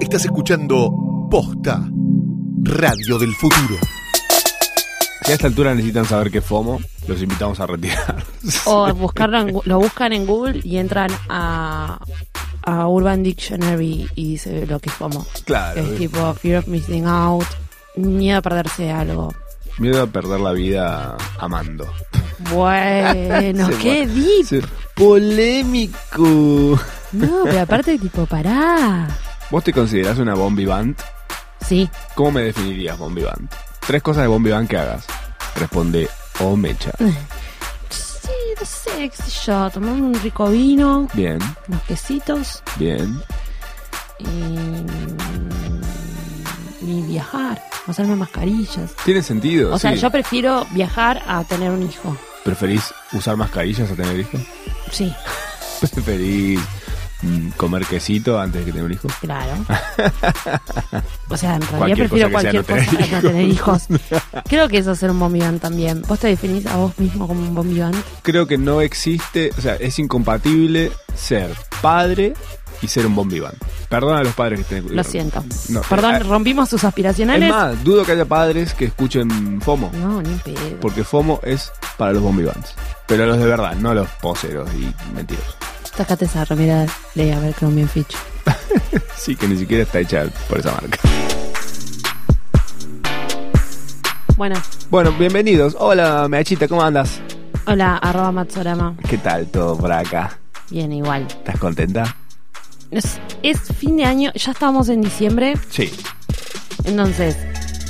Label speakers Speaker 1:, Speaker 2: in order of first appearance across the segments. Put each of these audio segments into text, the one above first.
Speaker 1: Estás escuchando Posta, Radio del Futuro.
Speaker 2: Si a esta altura necesitan saber qué es FOMO, los invitamos a retirar.
Speaker 3: O buscarlo en Gu- lo buscan en Google y entran a, a Urban Dictionary y dice lo que es FOMO.
Speaker 2: Claro.
Speaker 3: es tipo Fear of Missing Out, miedo a perderse algo.
Speaker 2: Miedo a perder la vida amando.
Speaker 3: Bueno,
Speaker 2: Se fue.
Speaker 3: qué deep.
Speaker 2: Sí. Polémico.
Speaker 3: No, pero aparte, tipo, pará.
Speaker 2: ¿Vos te considerás una bombivant?
Speaker 3: Sí,
Speaker 2: ¿Cómo me definirías bombivant? Tres cosas de bombivant que hagas. Responde o mecha.
Speaker 3: sí, no sé, qué sé yo, tomar un rico vino,
Speaker 2: Bien,
Speaker 3: unos quesitos
Speaker 2: bien.
Speaker 3: y, mm, y viajar, usarme mascarillas.
Speaker 2: Tiene sentido.
Speaker 3: O sea,
Speaker 2: sí.
Speaker 3: yo prefiero viajar a tener un hijo.
Speaker 2: ¿Preferís usar mascarillas a tener hijos?
Speaker 3: Sí,
Speaker 2: ¿Preferís mm, comer quesito antes de que tener un hijo?
Speaker 3: claro. O sea, en realidad
Speaker 2: Cualquier
Speaker 3: prefiero
Speaker 2: cosa que sea
Speaker 3: cualquier cosa
Speaker 2: no
Speaker 3: a no tener hijos. Creo que eso es ser un bombiván también. ¿Vos te definís a vos mismo como un bombiván?
Speaker 2: Creo que no existe, o sea, es incompatible ser padre y ser un bombiván. Perdona a los padres que estén escuchando.
Speaker 3: Lo siento.
Speaker 2: No,
Speaker 3: Perdón,
Speaker 2: eh,
Speaker 3: rompimos sus
Speaker 2: Es
Speaker 3: aspiracionales.
Speaker 2: más, dudo que haya padres que escuchen FOMO,
Speaker 3: No, ni en pedo.
Speaker 2: porque FOMO es para los bombivans. Pero los de verdad, no los poseros y mentirosos.
Speaker 3: Sacate esa remera de Abercrombie Fitch.
Speaker 2: Sí, que ni siquiera está hecha por esa marca.
Speaker 3: Bueno,
Speaker 2: Bueno, bienvenidos. Hola, Meachita, ¿cómo andas?
Speaker 3: hola, arroba Matsorama.
Speaker 2: ¿Qué tal todo por acá?
Speaker 3: Bien, igual.
Speaker 2: ¿Estás contenta?
Speaker 3: Es, es fin de año, ya estamos en diciembre,
Speaker 2: Sí.
Speaker 3: entonces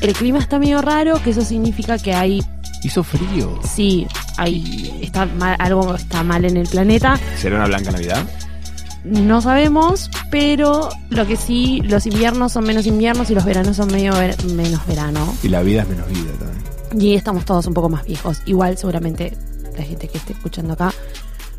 Speaker 3: el clima está medio raro, que eso significa que hay,
Speaker 2: Hizo frío.
Speaker 3: sí, hay, está mal, algo está mal en el planeta.
Speaker 2: ¿Será una blanca Navidad?
Speaker 3: No sabemos, pero lo que sí, los inviernos son menos inviernos y los veranos son medio ver- menos verano.
Speaker 2: Y la vida es menos vida también.
Speaker 3: Y estamos todos un poco más viejos. Igual seguramente la gente que esté escuchando acá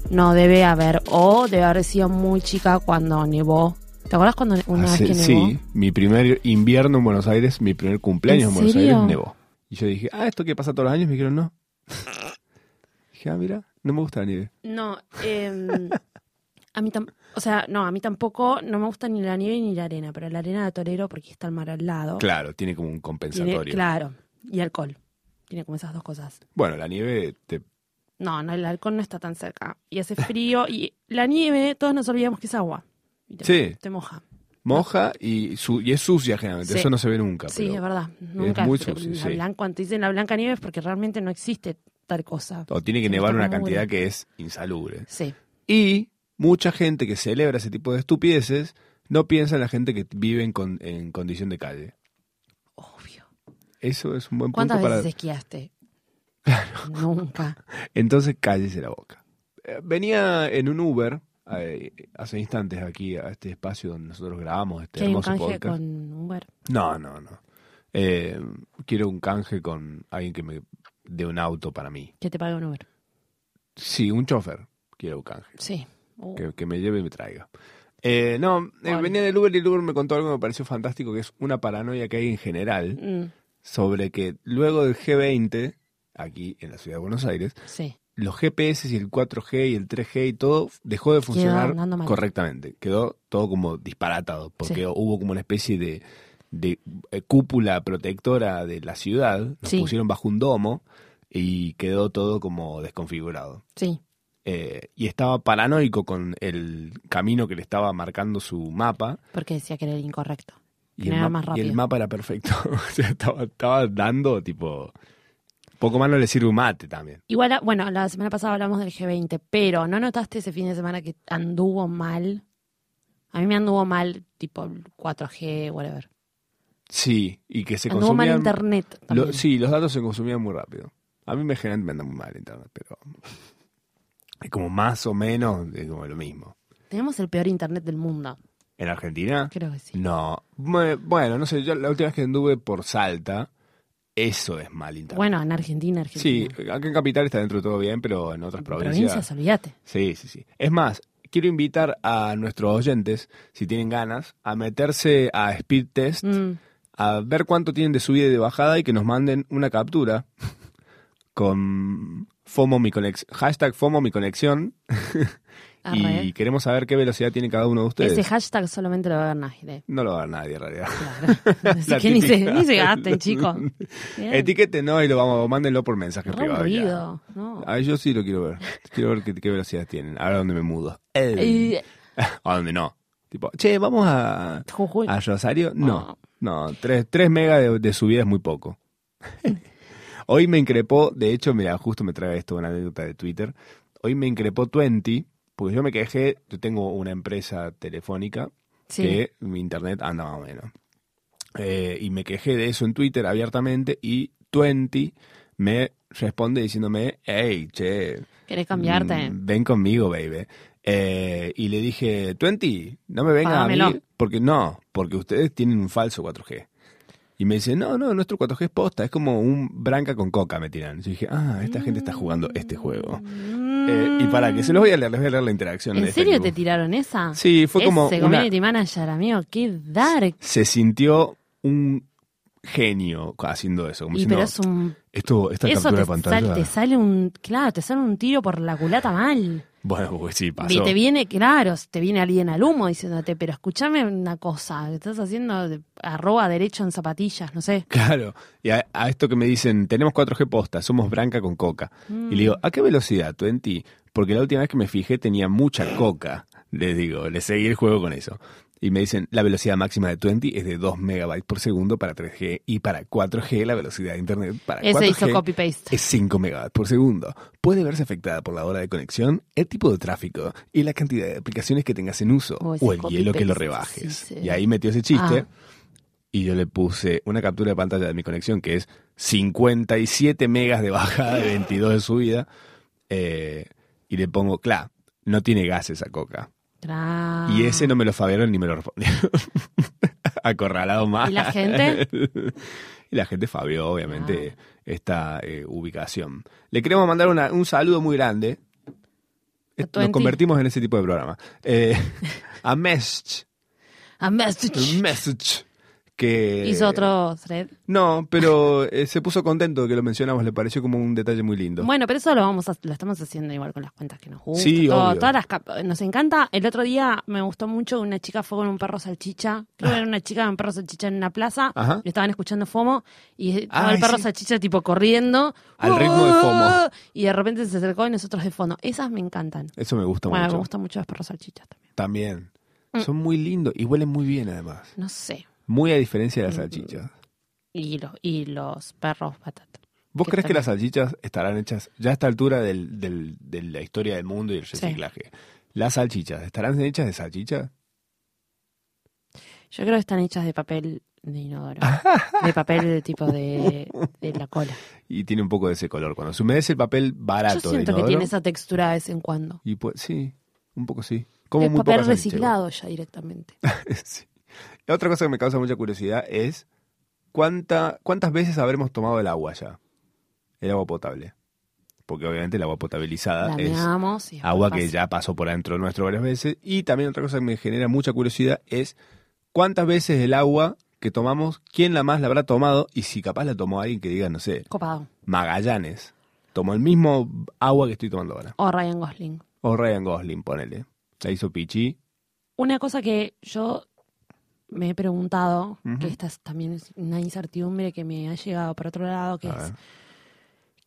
Speaker 3: no debe haber o debe haber sido muy chica cuando nevó. ¿Te acuerdas cuando una
Speaker 2: Hace-
Speaker 3: vez que nevó?
Speaker 2: Ah, sí, mi primer invierno en Buenos Aires, mi primer cumpleaños en,
Speaker 3: ¿En
Speaker 2: Buenos
Speaker 3: serio?
Speaker 2: Aires, nevó. Y yo dije, ah, esto que pasa todos los años, me dijeron no. dije, ah, mira, no me gusta la nieve.
Speaker 3: No, em, a mí tam- o sea, no, a mí tampoco no me gusta ni la nieve ni la arena, pero la arena de Torero porque está el mar al lado.
Speaker 2: Claro, tiene como un
Speaker 3: Tiene-
Speaker 2: compensatorio.
Speaker 3: claro, y alcohol. Tiene como esas dos cosas.
Speaker 2: Bueno, la nieve te...
Speaker 3: No, no, el alcohol no está tan cerca. Y hace frío y la nieve, todos nos olvidamos que es agua. Y te-
Speaker 2: Sí.
Speaker 3: Te moja.
Speaker 2: moja y, su- y es sucia generalmente,
Speaker 3: Sí.
Speaker 2: eso no se ve nunca.
Speaker 3: Sí,
Speaker 2: pero-
Speaker 3: es verdad. Nunca.
Speaker 2: muy
Speaker 3: pero
Speaker 2: sucio,
Speaker 3: la
Speaker 2: sí.
Speaker 3: blan- cuando te dicen la blanca nieve es porque realmente no existe tal cosa.
Speaker 2: O tiene que
Speaker 3: Tiene que
Speaker 2: nevar
Speaker 3: estar
Speaker 2: una
Speaker 3: muy
Speaker 2: cantidad
Speaker 3: bueno.
Speaker 2: que es insalubre.
Speaker 3: Sí.
Speaker 2: Y mucha gente que celebra ese tipo de estupideces no piensa en la gente que vive en, con- en condición de calle.
Speaker 3: Obvio.
Speaker 2: Eso es un buen punto
Speaker 3: ¿Cuántas
Speaker 2: para...
Speaker 3: veces esquiaste? Nunca.
Speaker 2: Entonces cállese la boca. Eh, Venía en un Uber eh, hace instantes aquí a este espacio donde nosotros grabamos este
Speaker 3: Que hay un
Speaker 2: hermoso
Speaker 3: canje
Speaker 2: podcast.
Speaker 3: con Uber.
Speaker 2: No, no, no. Eh, quiero un canje con alguien que me dé un auto para mí.
Speaker 3: Que te pague un Uber.
Speaker 2: Sí, un chofer. Quiero un canje.
Speaker 3: Sí. Uh,
Speaker 2: Que, que me lleve y me traiga. Eh, no, eh,
Speaker 3: Bueno.
Speaker 2: venía del Uber y el Uber me contó algo que me pareció fantástico, que es una paranoia que hay en general
Speaker 3: mm,
Speaker 2: sobre que luego del G20, aquí en la ciudad de Buenos Aires,
Speaker 3: sí.
Speaker 2: los GPS y el 4G y el 3G y todo dejó de funcionar
Speaker 3: andando mal.
Speaker 2: correctamente. Quedó todo como disparatado, porque
Speaker 3: Sí.
Speaker 2: hubo como una especie de, de, eh, cúpula protectora de la ciudad, nos
Speaker 3: Sí.
Speaker 2: pusieron bajo un domo y quedó todo como desconfigurado.
Speaker 3: Sí.
Speaker 2: Eh, y estaba paranoico con el camino que le estaba marcando su mapa.
Speaker 3: Porque decía que era el incorrecto.
Speaker 2: Y
Speaker 3: Que
Speaker 2: el,
Speaker 3: no era
Speaker 2: map-
Speaker 3: más
Speaker 2: y el
Speaker 3: rápido.
Speaker 2: mapa era perfecto. o sea, estaba, estaba dando tipo... Poco más no le sirve un mate también.
Speaker 3: Igual, a- bueno, la semana pasada hablamos del G20, pero ¿no notaste ese fin de semana que anduvo mal? A mí me anduvo mal, tipo 4G, whatever.
Speaker 2: Sí, y que se
Speaker 3: anduvo mal
Speaker 2: consumían...
Speaker 3: internet
Speaker 2: Lo-
Speaker 3: también.
Speaker 2: sí, los datos se consumían muy rápido. A mí me generan, me anda muy mal internet, pero es como más o menos es como lo mismo.
Speaker 3: Tenemos el peor internet del mundo,
Speaker 2: En Argentina,
Speaker 3: creo que sí.
Speaker 2: no. Me- Bueno, no sé, yo la última vez que anduve por Salta, eso es mal internet.
Speaker 3: Bueno, en Argentina,
Speaker 2: sí,
Speaker 3: Argentina.
Speaker 2: acá en Capital está dentro de todo bien, pero en otras
Speaker 3: provincias,
Speaker 2: provincias.
Speaker 3: olvídate.
Speaker 2: Sí, sí, sí. Es más, quiero invitar a nuestros oyentes, si tienen ganas, a meterse a Speed Test
Speaker 3: Mm,
Speaker 2: a ver cuánto tienen de subida y de bajada y que nos manden una captura con FOMO mi conexión, hashtag FOMO mi conexión
Speaker 3: Arre.
Speaker 2: Y queremos saber qué velocidad tiene cada uno de ustedes.
Speaker 3: Ese hashtag solamente lo va a ver Nájile.
Speaker 2: No lo va a ver nadie en realidad.
Speaker 3: Claro. Así
Speaker 2: La
Speaker 3: que ni se,
Speaker 2: típica.
Speaker 3: ni se gasten, chicos. Bien.
Speaker 2: Etiquétenos y lo vamos, mándenlo por mensaje
Speaker 3: Re
Speaker 2: privado. ya.
Speaker 3: aburrido, ¿no?
Speaker 2: Ah, yo sí lo quiero ver. Quiero ver qué, qué velocidad tienen. Ahora dónde me mudo.
Speaker 3: Y-
Speaker 2: A dónde no. Tipo, che, vamos a,
Speaker 3: Jujuy.
Speaker 2: a Rosario. No, no, 3, megas de, de subida es muy poco. Hoy me increpó, de hecho, mira, justo me trae esto una anécdota de Twitter. Hoy me increpó 20, porque yo me quejé, yo tengo una empresa telefónica
Speaker 3: Sí.
Speaker 2: que mi internet anda más o menos. Eh, y me quejé de eso en Twitter abiertamente y 20 me responde diciéndome, hey, che,
Speaker 3: ¿Querés cambiarte?
Speaker 2: Mm, Ven conmigo, baby. Eh, y le dije, Twenty, no me vengan a mí.
Speaker 3: Pagámelo.
Speaker 2: Porque no, porque ustedes tienen un falso 4G. Y me dice, no, no, nuestro 4G es posta, es como un branca con coca, me tiran. Yo dije, ah, esta gente está jugando este juego. Eh, y para que se los voy a leer, les voy a leer la interacción. de
Speaker 3: Mm. ¿En
Speaker 2: este
Speaker 3: serio
Speaker 2: tipo.
Speaker 3: te tiraron esa?
Speaker 2: Sí, fue como
Speaker 3: Ese
Speaker 2: una-
Speaker 3: community manager, amigo, qué dark.
Speaker 2: Se sintió un genio haciendo eso. Como
Speaker 3: Y
Speaker 2: diciendo,
Speaker 3: pero es un...
Speaker 2: esto, esta
Speaker 3: Eso
Speaker 2: captura
Speaker 3: te,
Speaker 2: de pantalla.
Speaker 3: sal- te sale un... Claro, te sale un tiro por la culata mal.
Speaker 2: Bueno, pues sí,
Speaker 3: Y
Speaker 2: pasó.
Speaker 3: te viene, claro, te viene alguien al humo diciéndote, pero escúchame una cosa, estás haciendo de- arroba derecho en zapatillas, no sé.
Speaker 2: Claro, y a, a esto que me dicen, tenemos 4G posta, somos branca con coca.
Speaker 3: Mm.
Speaker 2: Y le digo, ¿a qué velocidad, Twenty? Porque la última vez que me fijé tenía mucha coca. Le digo, le seguí el juego con eso. Y me dicen, la velocidad máxima de Twenty es de 2 megabytes por segundo para 3G y para 4G la velocidad de internet para
Speaker 3: Ese hizo
Speaker 2: 4G
Speaker 3: copy-paste.
Speaker 2: es 5 megabytes por segundo. Puede verse afectada por la hora de conexión, el tipo de tráfico y la cantidad de aplicaciones que tengas en uso
Speaker 3: O
Speaker 2: o,
Speaker 3: Oh, ese
Speaker 2: el
Speaker 3: copy
Speaker 2: hielo que lo
Speaker 3: paste,
Speaker 2: rebajes.
Speaker 3: sí, sí.
Speaker 2: Y ahí metió ese chiste.
Speaker 3: Ah.
Speaker 2: Y yo le puse una captura de pantalla de mi conexión que es 57 megas de bajada de 22 de subida. eh, y le pongo, claro, no tiene gas esa coca.
Speaker 3: Claro.
Speaker 2: Y ese no me lo fabiaron ni me lo respondieron. Acorralado más.
Speaker 3: ¿Y la gente? Ah.
Speaker 2: y la gente fabió, obviamente, esta eh, ubicación. Le queremos mandar una- un saludo muy grande. Eh, Nos
Speaker 3: 20.
Speaker 2: convertimos en ese tipo de programa. Eh, a Mesh,
Speaker 3: A Ah, message.
Speaker 2: Mesh, que...
Speaker 3: Hizo otro thread.
Speaker 2: No, pero eh, se puso contento de que lo mencionamos, le pareció como un detalle muy lindo.
Speaker 3: Bueno, pero eso lo vamos a- lo estamos haciendo igual con las cuentas que nos gustan.
Speaker 2: Sí,
Speaker 3: todo-
Speaker 2: obvio.
Speaker 3: todas las cap- nos encanta. El otro día me gustó mucho una chica fue con un perro salchicha. Creo que era una chica con un perro salchicha en una plaza.
Speaker 2: Ah. Ajá.
Speaker 3: Le estaban escuchando FOMO y estaba
Speaker 2: Ay,
Speaker 3: el perro
Speaker 2: sí.
Speaker 3: salchicha tipo corriendo.
Speaker 2: Al ritmo de FOMO.
Speaker 3: Y de repente se acercó y nosotros de fondo. Esas me encantan.
Speaker 2: Eso me gusta
Speaker 3: bueno,
Speaker 2: mucho.
Speaker 3: me Mm. gustan mucho los perros salchichas también.
Speaker 2: También. Son muy lindos y huelen muy bien además.
Speaker 3: No sé.
Speaker 2: Muy a diferencia
Speaker 3: Mm.
Speaker 2: de las salchichas.
Speaker 3: Y los, y los perros patata.
Speaker 2: ¿Vos
Speaker 3: que
Speaker 2: crees que
Speaker 3: también-
Speaker 2: las salchichas estarán hechas, ya a esta altura del- del- de la historia del mundo y el reciclaje, las salchichas estarán hechas de salchicha?
Speaker 3: Yo creo que están hechas de papel de inodoro. de papel tipo de, de la cola.
Speaker 2: Y tiene un poco de ese color. Cuando se humedece el papel barato
Speaker 3: Yo
Speaker 2: de
Speaker 3: siento que
Speaker 2: inodoro,
Speaker 3: tiene esa textura de vez en cuando.
Speaker 2: Y pues, sí, un poco sí. Como
Speaker 3: es
Speaker 2: muy
Speaker 3: papel
Speaker 2: poca Ah, salchicha,
Speaker 3: reciclado ya directamente.
Speaker 2: igual. Sí. La Otra cosa que me causa mucha curiosidad es cuánta, cuántas veces habremos tomado el agua ya. El agua potable. Porque obviamente el agua potabilizada
Speaker 3: La
Speaker 2: es
Speaker 3: meamos y después
Speaker 2: agua que
Speaker 3: pasa.
Speaker 2: ya pasó por adentro nuestro varias veces. Y también otra cosa que me genera mucha curiosidad es cuántas veces el agua que tomamos, quién la más la habrá tomado y si capaz la tomó alguien que diga, no sé,
Speaker 3: Copado.
Speaker 2: Magallanes. Tomó el mismo agua que estoy tomando ahora.
Speaker 3: O Ryan Gosling.
Speaker 2: O Ryan Gosling, ponele. La hizo Pichi.
Speaker 3: Una cosa que yo me he preguntado,
Speaker 2: Ujú.
Speaker 3: que esta es- también es una incertidumbre que me ha llegado por otro lado, que
Speaker 2: A
Speaker 3: es,
Speaker 2: ver.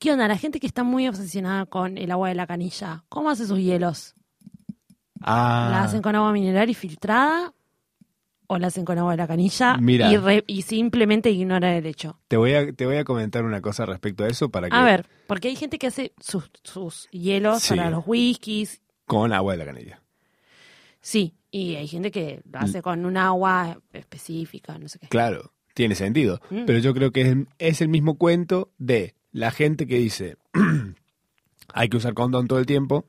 Speaker 3: ¿qué onda? La gente que está muy obsesionada con el agua de la canilla, ¿cómo hace sus hielos? ¿La
Speaker 2: Ah,
Speaker 3: hacen con agua mineral y filtrada? ¿O la hacen con agua de la canilla
Speaker 2: Mira.
Speaker 3: y, re- y simplemente ignoran el hecho?
Speaker 2: te, voy a, te voy a comentar una cosa respecto a eso para que...
Speaker 3: A ver, porque hay gente que hace sus, sus hielos
Speaker 2: Sí.
Speaker 3: para los whiskies,
Speaker 2: Con agua de la canilla.
Speaker 3: sí, y hay gente que
Speaker 2: Mm.
Speaker 3: lo hace con un agua específica, no sé qué.
Speaker 2: Claro, tiene sentido.
Speaker 3: Mm.
Speaker 2: Pero yo creo que es, es el mismo cuento de la gente que dice hay que usar condón todo el tiempo,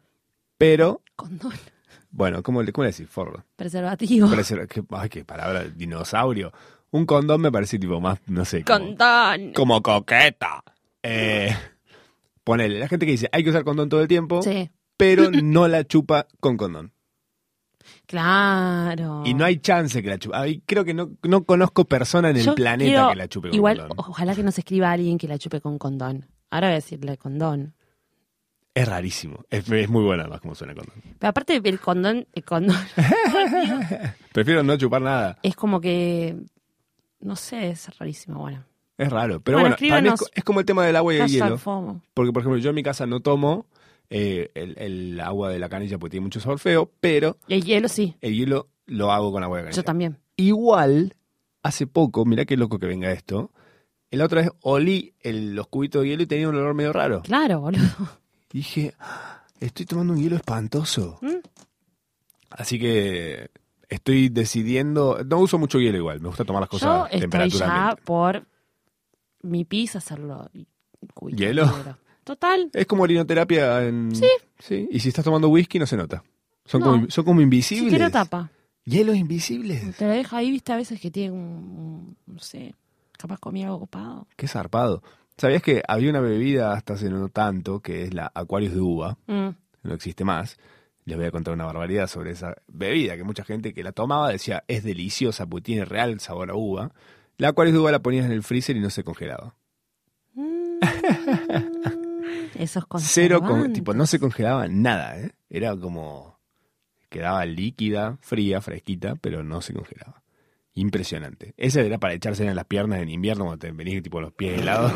Speaker 2: pero,
Speaker 3: Condón,
Speaker 2: bueno, ¿cómo le, cómo le decís? Forro.
Speaker 3: preservativo.
Speaker 2: Parece- que- ay, qué palabra, dinosaurio. Un condón me parece tipo más, no sé, como,
Speaker 3: Condón.
Speaker 2: como coqueta. Eh, ponele, la gente que dice hay que usar condón todo el tiempo,
Speaker 3: Sí,
Speaker 2: pero no la chupa con condón.
Speaker 3: claro.
Speaker 2: Y no hay chance que la chupe. Ay, creo que no, no conozco persona en el
Speaker 3: Yo
Speaker 2: planeta
Speaker 3: quiero-
Speaker 2: que la chupe con
Speaker 3: Igual,
Speaker 2: condón.
Speaker 3: ojalá que nos escriba alguien que la chupe con condón. Ahora voy a decirle condón.
Speaker 2: Es rarísimo. Es, es muy buena además como suena el condón.
Speaker 3: Pero aparte el condón, el condón
Speaker 2: Prefiero no chupar nada.
Speaker 3: es como que, no sé, es rarísimo. Bueno,
Speaker 2: Es raro. Pero bueno,
Speaker 3: Bueno,
Speaker 2: para mí es,
Speaker 3: escríbanos.
Speaker 2: co- es como el tema del agua y el
Speaker 3: hashtag
Speaker 2: hielo.
Speaker 3: FOMO.
Speaker 2: Porque, por ejemplo, yo en mi casa no tomo eh, el, el agua de la canilla porque tiene mucho sabor feo, pero
Speaker 3: Y el hielo sí,
Speaker 2: el hielo lo hago con agua de canilla.
Speaker 3: yo también.
Speaker 2: Igual, hace poco, mirá qué loco que venga esto, la otra vez olí el- los cubitos de hielo y tenía un olor medio raro.
Speaker 3: Claro, boludo.
Speaker 2: Y dije, "Ah, estoy tomando un hielo espantoso.
Speaker 3: ¿Mm?
Speaker 2: Así que estoy decidiendo, no uso mucho hielo igual, me gusta tomar las
Speaker 3: Yo
Speaker 2: cosas a
Speaker 3: estoy
Speaker 2: temperatura
Speaker 3: ya
Speaker 2: ambiente.
Speaker 3: por mi pis hacerlo. cubito de
Speaker 2: ¿Hielo?
Speaker 3: Total.
Speaker 2: Es como orinoterapia en... Sí. Y si estás tomando whisky no se nota. Son,
Speaker 3: No.
Speaker 2: como, son como
Speaker 3: Si
Speaker 2: invisibles.
Speaker 3: quiero tapa.
Speaker 2: Hielos invisibles.
Speaker 3: Te la deja ahí, viste, a veces que tiene un, un- no sé, capaz comí algo copado.
Speaker 2: Qué zarpado. ¿Sabías que había una bebida hasta hace no tanto, que es la Aquarius de uva?
Speaker 3: Mm.
Speaker 2: no existe más. Les voy a contar una barbaridad sobre esa bebida que mucha gente que la tomaba decía es deliciosa porque tiene real sabor a uva. La Aquarius de uva la ponías en el freezer y no se congelaba.
Speaker 3: Mm. Esos
Speaker 2: Cero, con-
Speaker 3: conservantes.
Speaker 2: tipo, no se congelaba nada, ¿eh? Era como. Quedaba líquida, fría, fresquita, pero no se congelaba. Impresionante. Esa era para echarse en las piernas en invierno cuando te venís tipo los pies helados.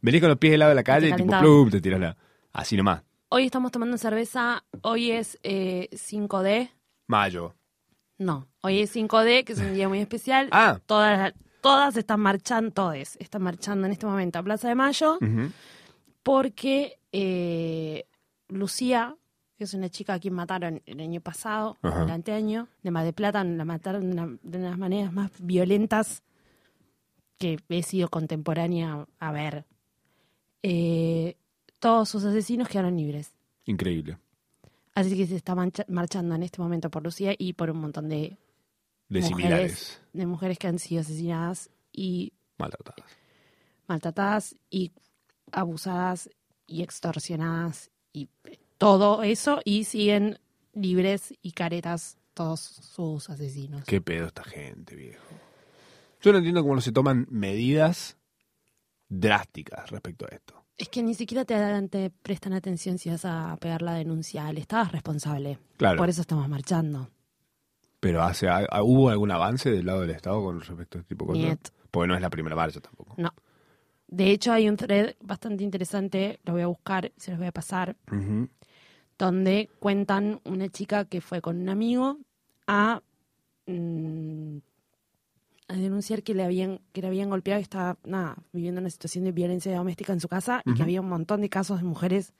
Speaker 2: venís con los pies helados a la calle y tipo,
Speaker 3: calentaba.
Speaker 2: plum, te tiras la. Así nomás.
Speaker 3: Hoy estamos tomando cerveza, hoy es eh, 5D.
Speaker 2: Mayo.
Speaker 3: No, hoy es 5D, que es un día muy especial.
Speaker 2: Ah.
Speaker 3: Todas, todas están marchando, todas están marchando en este momento a Plaza de Mayo.
Speaker 2: Ujú.
Speaker 3: porque eh, Lucía, que es una chica a quien mataron el año pasado,
Speaker 2: Ajá.
Speaker 3: el anteaño, de Mar de Plata, la mataron de una de las maneras más violentas que he sido contemporánea a ver. Eh, todos sus asesinos quedaron libres.
Speaker 2: Increíble.
Speaker 3: Así que se está mancha- marchando en este momento por Lucía y por un montón de,
Speaker 2: De
Speaker 3: Mujeres.
Speaker 2: similares.
Speaker 3: de mujeres que han sido asesinadas y
Speaker 2: Maltratadas.
Speaker 3: maltratadas y abusadas y extorsionadas y todo eso y siguen libres y caretas todos sus asesinos.
Speaker 2: Qué pedo esta gente, viejo. Yo no entiendo cómo no se toman medidas drásticas respecto a esto.
Speaker 3: Es que ni siquiera te, te prestan atención si vas a pegar la denuncia al Estado es responsable.
Speaker 2: Claro.
Speaker 3: Por eso estamos marchando.
Speaker 2: Pero hace, a- a- ¿hubo algún avance del lado del Estado con respecto a este tipo de cosas?
Speaker 3: Niet.
Speaker 2: Porque no es la primera marcha tampoco.
Speaker 3: No. De hecho hay un thread bastante interesante, lo voy a buscar, se los voy a pasar,
Speaker 2: Ujú.
Speaker 3: donde cuentan una chica que fue con un amigo a, mm, a denunciar que le habían que le habían golpeado y estaba nada, viviendo una situación de violencia doméstica en su casa y que había un montón de casos de mujeres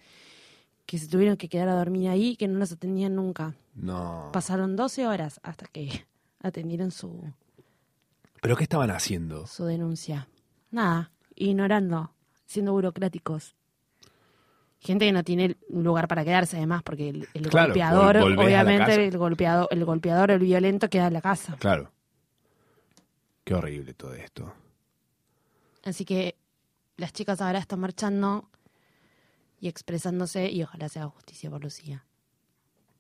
Speaker 3: que se tuvieron que quedar a dormir ahí y que no las atendían nunca.
Speaker 2: No.
Speaker 3: Pasaron 12 horas hasta que atendieron su,
Speaker 2: ¿Pero qué estaban haciendo?
Speaker 3: su denuncia. Nada, ignorando, siendo burocráticos. Gente que no tiene un lugar para quedarse, además, porque el, el
Speaker 2: Claro,
Speaker 3: golpeador,
Speaker 2: vol- volvés a la casa.
Speaker 3: obviamente, el golpeado, el golpeador, el violento, queda en la casa.
Speaker 2: Claro. Qué horrible todo esto.
Speaker 3: Así que las chicas ahora están marchando y expresándose, y ojalá sea justicia por Lucía.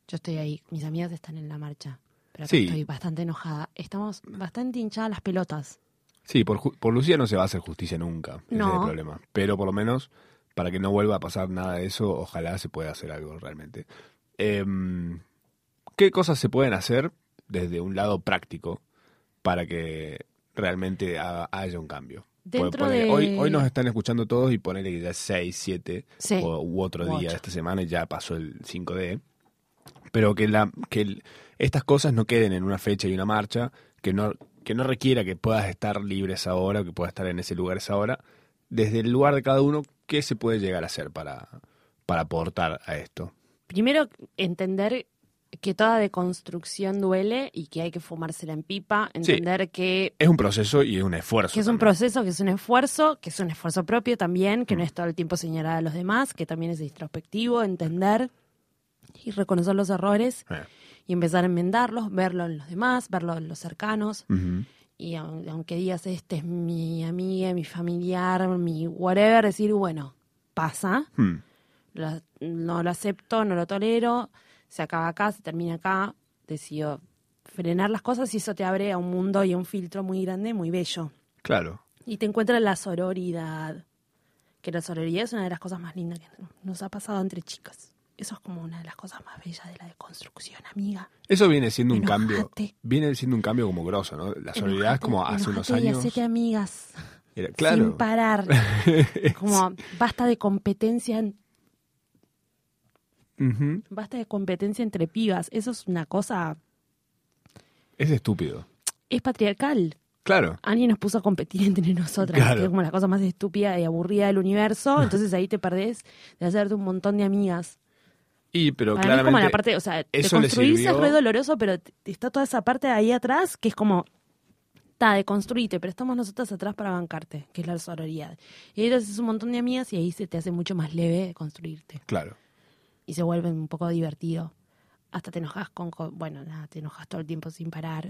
Speaker 3: Yo estoy ahí, mis amigas están en la marcha, pero acá
Speaker 2: Sí.
Speaker 3: estoy bastante enojada. Estamos bastante hinchadas las pelotas.
Speaker 2: Sí, por, ju- por Lucía no se va a hacer justicia nunca. Ese
Speaker 3: No.
Speaker 2: es el problema. Pero por lo menos, para que no vuelva a pasar nada de eso, ojalá se pueda hacer algo realmente. Em, ¿Qué cosas se pueden hacer desde un lado práctico para que realmente ha- haya un cambio? Porque
Speaker 3: Dentro
Speaker 2: ponele,
Speaker 3: de-
Speaker 2: hoy, hoy nos están escuchando todos y ponele que ya es 6, 7
Speaker 3: Sí.
Speaker 2: o, u otro
Speaker 3: U
Speaker 2: día de
Speaker 3: ocho.
Speaker 2: esta semana y ya pasó el 5D. Pero que, la, que el- estas cosas no queden en una fecha y una marcha, que no, que no requiera que puedas estar libre esa hora, que puedas estar en ese lugar esa hora. Desde el lugar de cada uno, ¿qué se puede llegar a hacer para, para aportar a esto?
Speaker 3: Primero, entender que toda deconstrucción duele y que hay que fumársela en pipa. Entender que,
Speaker 2: Es un proceso y es un esfuerzo.
Speaker 3: que es un
Speaker 2: también.
Speaker 3: proceso, que es un esfuerzo, que es un esfuerzo propio también, que no es todo el tiempo señalar a los demás, que también es introspectivo, entender y reconocer los errores
Speaker 2: Eh.
Speaker 3: y empezar a enmendarlos, verlo en los demás, verlo en los cercanos.
Speaker 2: Ujú.
Speaker 3: Y aun- aunque digas, este es mi amiga, mi familiar, mi whatever, decir, bueno, pasa
Speaker 2: Hmm.
Speaker 3: lo- no lo acepto, no lo tolero, se acaba acá, se termina acá, decido frenar las cosas y eso te abre a un mundo y a un filtro muy grande, muy bello.
Speaker 2: Claro.
Speaker 3: Y te encuentras la sororidad, que la sororidad es una de las cosas más lindas que nos ha pasado entre chicas. Eso es como una de las cosas más bellas de la deconstrucción, amiga.
Speaker 2: Eso viene siendo un cambio.
Speaker 3: Enojate.
Speaker 2: Viene siendo un cambio como grosso, ¿no? La solidaridad es
Speaker 3: Enojate,
Speaker 2: como hace unos
Speaker 3: enojate y
Speaker 2: años.
Speaker 3: hacete amigas.
Speaker 2: era-
Speaker 3: Sin
Speaker 2: claro.
Speaker 3: parar. Como basta de competencia, en-
Speaker 2: Ujú.
Speaker 3: basta de competencia entre pibas. Eso es una cosa.
Speaker 2: Es estúpido.
Speaker 3: Es patriarcal.
Speaker 2: Claro.
Speaker 3: Alguien nos puso a competir entre nosotras,
Speaker 2: Claro.
Speaker 3: que es como la cosa más estúpida y aburrida del universo. Entonces ahí te perdés de hacerte un montón de amigas.
Speaker 2: Y pero
Speaker 3: Para mí es
Speaker 2: claramente
Speaker 3: como la parte, o sea, te
Speaker 2: eso le
Speaker 3: construís es
Speaker 2: sirvió-
Speaker 3: re doloroso, pero t- está toda esa parte de ahí atrás que es como, está, deconstruite, pero estamos nosotras atrás para bancarte, que es la sororidad. Y ahí te haces un montón de amigas y ahí se te hace mucho más leve construirte.
Speaker 2: Claro.
Speaker 3: Y se vuelve un poco divertido. Hasta te enojas con, con- bueno, nada, te enojas todo el tiempo sin parar.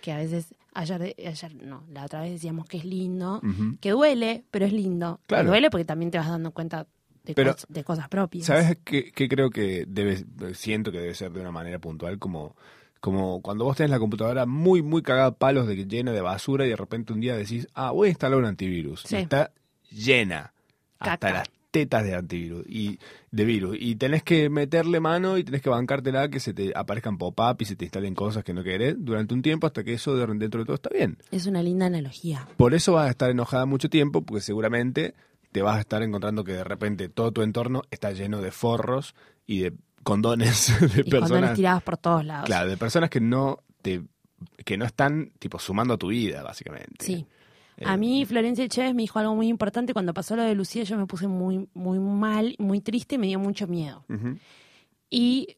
Speaker 3: que a veces, ayer, de- ayer, no, la otra vez decíamos que es lindo,
Speaker 2: Ujú.
Speaker 3: que duele, pero es lindo. Que
Speaker 2: Claro.
Speaker 3: Duele porque también te vas dando cuenta de,
Speaker 2: Pero,
Speaker 3: cos- de cosas propias.
Speaker 2: ¿Sabes qué, qué creo que debe, siento que debe ser de una manera puntual? Como, como cuando vos tenés la computadora muy, muy cagada a palos de que llena de basura y de repente un día decís, ah, voy a instalar un antivirus.
Speaker 3: Sí.
Speaker 2: Y está llena hasta
Speaker 3: Caca.
Speaker 2: las tetas de antivirus y de virus. Y tenés que meterle mano y tenés que bancártela que se te aparezcan pop-up y se te instalen cosas que no querés durante un tiempo hasta que eso de- dentro de todo está bien.
Speaker 3: Es una linda analogía.
Speaker 2: Por eso vas a estar enojada mucho tiempo, porque seguramente te vas a estar encontrando que de repente todo tu entorno está lleno de forros y de condones de
Speaker 3: y condones
Speaker 2: personas.
Speaker 3: tirados por todos lados.
Speaker 2: Claro, de personas que no te que no están tipo sumando a tu vida, básicamente.
Speaker 3: Sí.
Speaker 2: Eh,
Speaker 3: A mí Florencia Chévez me dijo algo muy importante cuando pasó lo de Lucía, yo me puse muy muy mal, muy triste, y me dio mucho miedo.
Speaker 2: ujú.
Speaker 3: Y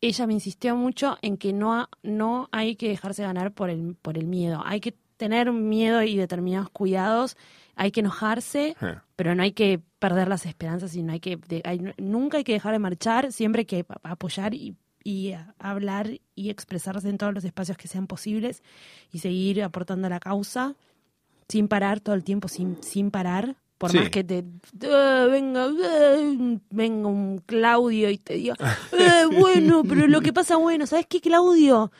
Speaker 3: ella me insistió mucho en que no ha- no hay que dejarse ganar por el por el miedo, hay que tener miedo y determinados cuidados, hay que enojarse,
Speaker 2: Ja.
Speaker 3: pero no hay que perder las esperanzas y no hay que de- hay- nunca hay que dejar de marchar, siempre hay que a- apoyar y, y a- hablar y expresarse en todos los espacios que sean posibles y seguir aportando a la causa sin parar todo el tiempo sin sin parar por
Speaker 2: Sí.
Speaker 3: más que te "Ah, venga ah, venga un Claudio y te diga "Eh, bueno pero lo que pasa bueno sabes qué Claudio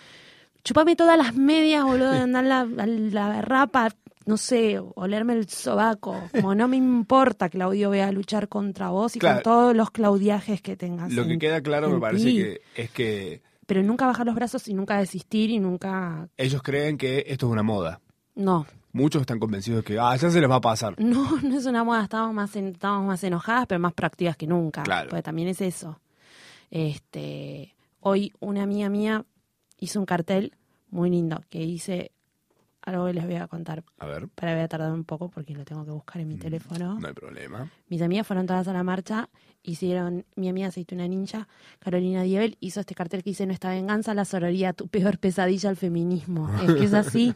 Speaker 3: chupame todas las medias, boludo, de andar la, a la rapa, no sé, olerme el sobaco. Como no me importa, Claudio, voy a luchar contra vos y
Speaker 2: Claro.
Speaker 3: con todos los claudiajes que tengas.
Speaker 2: Lo que
Speaker 3: en-
Speaker 2: queda claro me
Speaker 3: en
Speaker 2: parece
Speaker 3: ti.
Speaker 2: que es que
Speaker 3: Pero nunca bajar los brazos y nunca desistir y nunca...
Speaker 2: ellos creen que esto es una moda.
Speaker 3: No,
Speaker 2: Muchos están convencidos que ah, ya se les va a pasar.
Speaker 3: no, no es una moda. Estábamos más, en- estábamos más enojadas, pero más proactivas que nunca.
Speaker 2: Claro.
Speaker 3: Porque también es eso. Este, hoy una amiga mía hizo un cartel muy lindo que dice... Algo que les voy a contar
Speaker 2: A ver,
Speaker 3: Para voy a tardar un poco porque lo tengo que buscar en mi teléfono.
Speaker 2: no hay problema.
Speaker 3: Mis amigas fueron todas a la marcha, hicieron, mi amiga Aceituna Ninja, Carolina Diebel, hizo este cartel que dice Nuestra venganza, la sororía, tu peor pesadilla al feminismo. Es que es así,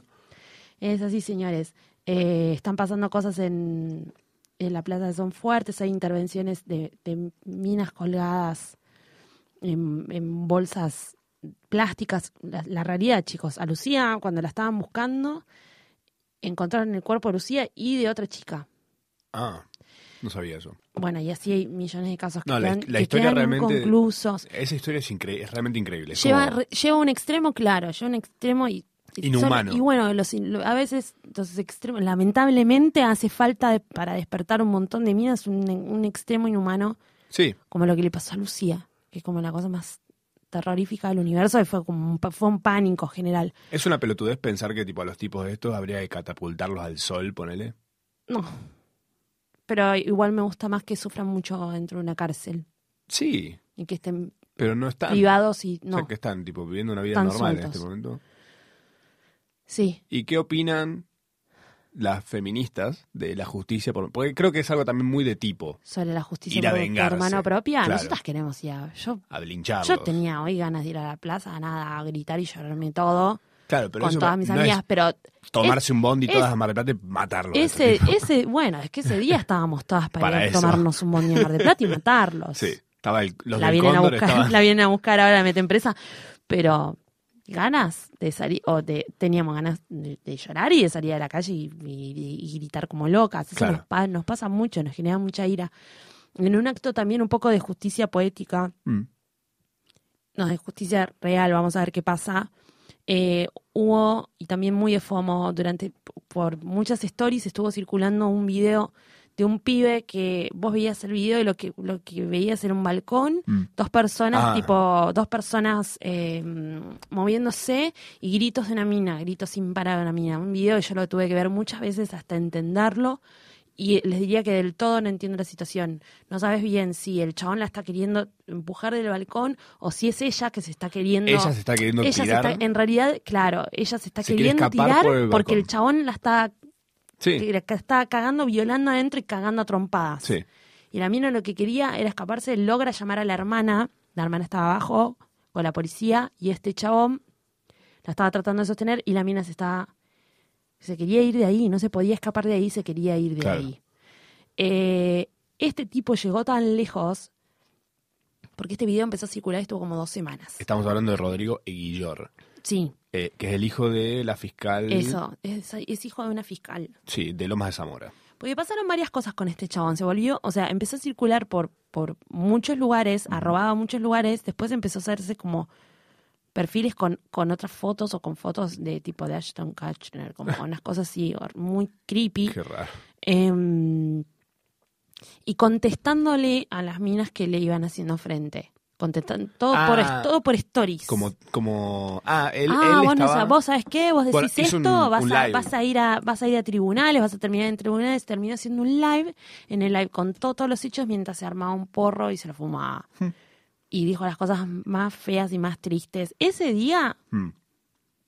Speaker 3: es así, señores. Eh, están pasando cosas en, en la plaza de Son Fuertes, hay intervenciones de, de minas colgadas en, en bolsas plásticas. La, la realidad, chicos, a Lucía, cuando la estaban buscando, encontraron el cuerpo de Lucía y de otra chica.
Speaker 2: Ah, no sabía eso.
Speaker 3: Bueno, y así hay millones de casos que
Speaker 2: No, la-
Speaker 3: quedan,
Speaker 2: la
Speaker 3: que
Speaker 2: historia
Speaker 3: quedan
Speaker 2: realmente-
Speaker 3: inconclusos.
Speaker 2: Esa historia es, incre- es realmente increíble. Es
Speaker 3: Lleva,
Speaker 2: como-
Speaker 3: re- lleva un extremo, claro, lleva un extremo y... y
Speaker 2: Inhumano.
Speaker 3: solo- y bueno, los in- lo- a veces los extremos, lamentablemente hace falta de- para despertar un montón de minas un, un extremo inhumano
Speaker 2: Sí,
Speaker 3: como lo que le pasó a Lucía, que es como la cosa más terrorífica del universo y fue como un, pa- fue un pánico general.
Speaker 2: Es una pelotudez pensar que tipo a los tipos de estos habría que catapultarlos al sol, ponele.
Speaker 3: No. Pero igual me gusta más que sufran mucho dentro de una cárcel
Speaker 2: Sí,
Speaker 3: y que estén
Speaker 2: pero no están.
Speaker 3: privados y
Speaker 2: Ah. O sea,
Speaker 3: no.
Speaker 2: que están tipo viviendo una vida
Speaker 3: Están
Speaker 2: normal en
Speaker 3: sueltos.
Speaker 2: este momento.
Speaker 3: Sí.
Speaker 2: ¿Y qué opinan las feministas de la justicia? por- Porque creo que es algo también muy de tipo,
Speaker 3: sobre la justicia
Speaker 2: Ir a
Speaker 3: por, por
Speaker 2: vengarse,
Speaker 3: mano propia,
Speaker 2: claro.
Speaker 3: nosotras queremos ir a... Yo,
Speaker 2: a blincharlos.
Speaker 3: yo tenía hoy ganas de ir a la plaza, nada, a gritar y llorarme todo
Speaker 2: claro, pero
Speaker 3: con
Speaker 2: eso
Speaker 3: todas mis
Speaker 2: no
Speaker 3: amigas, pero
Speaker 2: es tomarse un bondi
Speaker 3: es-
Speaker 2: todas a Mar del Plata y matarlos. a esos
Speaker 3: ese,
Speaker 2: tipos.
Speaker 3: ese, bueno, es que ese día estábamos todas para,
Speaker 2: Para
Speaker 3: ir a
Speaker 2: eso.
Speaker 3: tomarnos un bondi en Mar del Plata y matarlos.
Speaker 2: Sí, estaba el, los
Speaker 3: la,
Speaker 2: del
Speaker 3: vienen a
Speaker 2: cóndor
Speaker 3: buscar,
Speaker 2: estaban-
Speaker 3: la vienen a buscar ahora, la meten presa, pero ganas de salir, o de, teníamos ganas de, de llorar y de salir a la calle y, y- y gritar como locas. Eso
Speaker 2: Claro.
Speaker 3: nos, pa- nos pasa mucho, nos genera mucha ira. En un acto también un poco de justicia poética,
Speaker 2: Mm,
Speaker 3: no, de justicia real, vamos a ver qué pasa. Eh, hubo, y también muy de FOMO, durante por muchas stories estuvo circulando un video de un pibe que vos veías el video y lo que, lo que veías era un balcón,
Speaker 2: Mm.
Speaker 3: dos personas,
Speaker 2: Ah.
Speaker 3: tipo, dos personas eh, moviéndose y gritos de una mina, gritos sin parar de una mina. Un video que yo lo tuve que ver muchas veces hasta entenderlo. Y les diría que del todo no entiendo la situación. No sabes bien si el chabón la está queriendo empujar del balcón o si es ella que se está queriendo.
Speaker 2: Ella se está queriendo
Speaker 3: Ella se
Speaker 2: tirar.
Speaker 3: está- en realidad, claro, ella se está
Speaker 2: Se quiere
Speaker 3: queriendo
Speaker 2: escapar
Speaker 3: tirar
Speaker 2: por el
Speaker 3: porque
Speaker 2: balcón.
Speaker 3: el chabón la está,
Speaker 2: Sí,
Speaker 3: la está cagando, violando adentro y cagando a trompadas.
Speaker 2: sí.
Speaker 3: Y la mina lo que quería era escaparse, logra llamar a la hermana, la hermana estaba abajo con la policía y este chabón la estaba tratando de sostener y la mina se estaba... Se quería ir de ahí, no se podía escapar de ahí, se quería ir de
Speaker 2: Claro.
Speaker 3: ahí. Eh, este tipo llegó tan lejos porque este video empezó a circular, estuvo como dos semanas.
Speaker 2: Estamos hablando de Rodrigo Eguillor,
Speaker 3: Sí,
Speaker 2: eh, que es el hijo de la fiscal.
Speaker 3: eso, es, es hijo de una fiscal.
Speaker 2: Sí, de Lomas de Zamora.
Speaker 3: Porque pasaron varias cosas con este chabón. Se volvió, o sea, empezó a circular por, por muchos lugares, arrobaba muchos lugares, después empezó a hacerse como perfiles con, con otras fotos o con fotos de tipo de Ashton Kutcher, como unas cosas así, or- muy creepy.
Speaker 2: Qué raro.
Speaker 3: Em, y contestándole a las minas que le iban haciendo frente. Contestan, todo, por,
Speaker 2: Ah.
Speaker 3: todo por stories.
Speaker 2: Como, como. Ah, él,
Speaker 3: ah,
Speaker 2: él
Speaker 3: vos, no
Speaker 2: estaba-
Speaker 3: sa- vos sabés qué, vos decís
Speaker 2: Bueno, hizo
Speaker 3: esto,
Speaker 2: un-
Speaker 3: vas,
Speaker 2: un
Speaker 3: a,
Speaker 2: live.
Speaker 3: vas a ir a, vas a ir a tribunales, vas a terminar en tribunales, terminó haciendo un live, en el live contó todos los hechos mientras se armaba un porro y se lo fumaba.
Speaker 2: Hmm.
Speaker 3: Y dijo las cosas más feas y más tristes. Ese día
Speaker 2: Mm.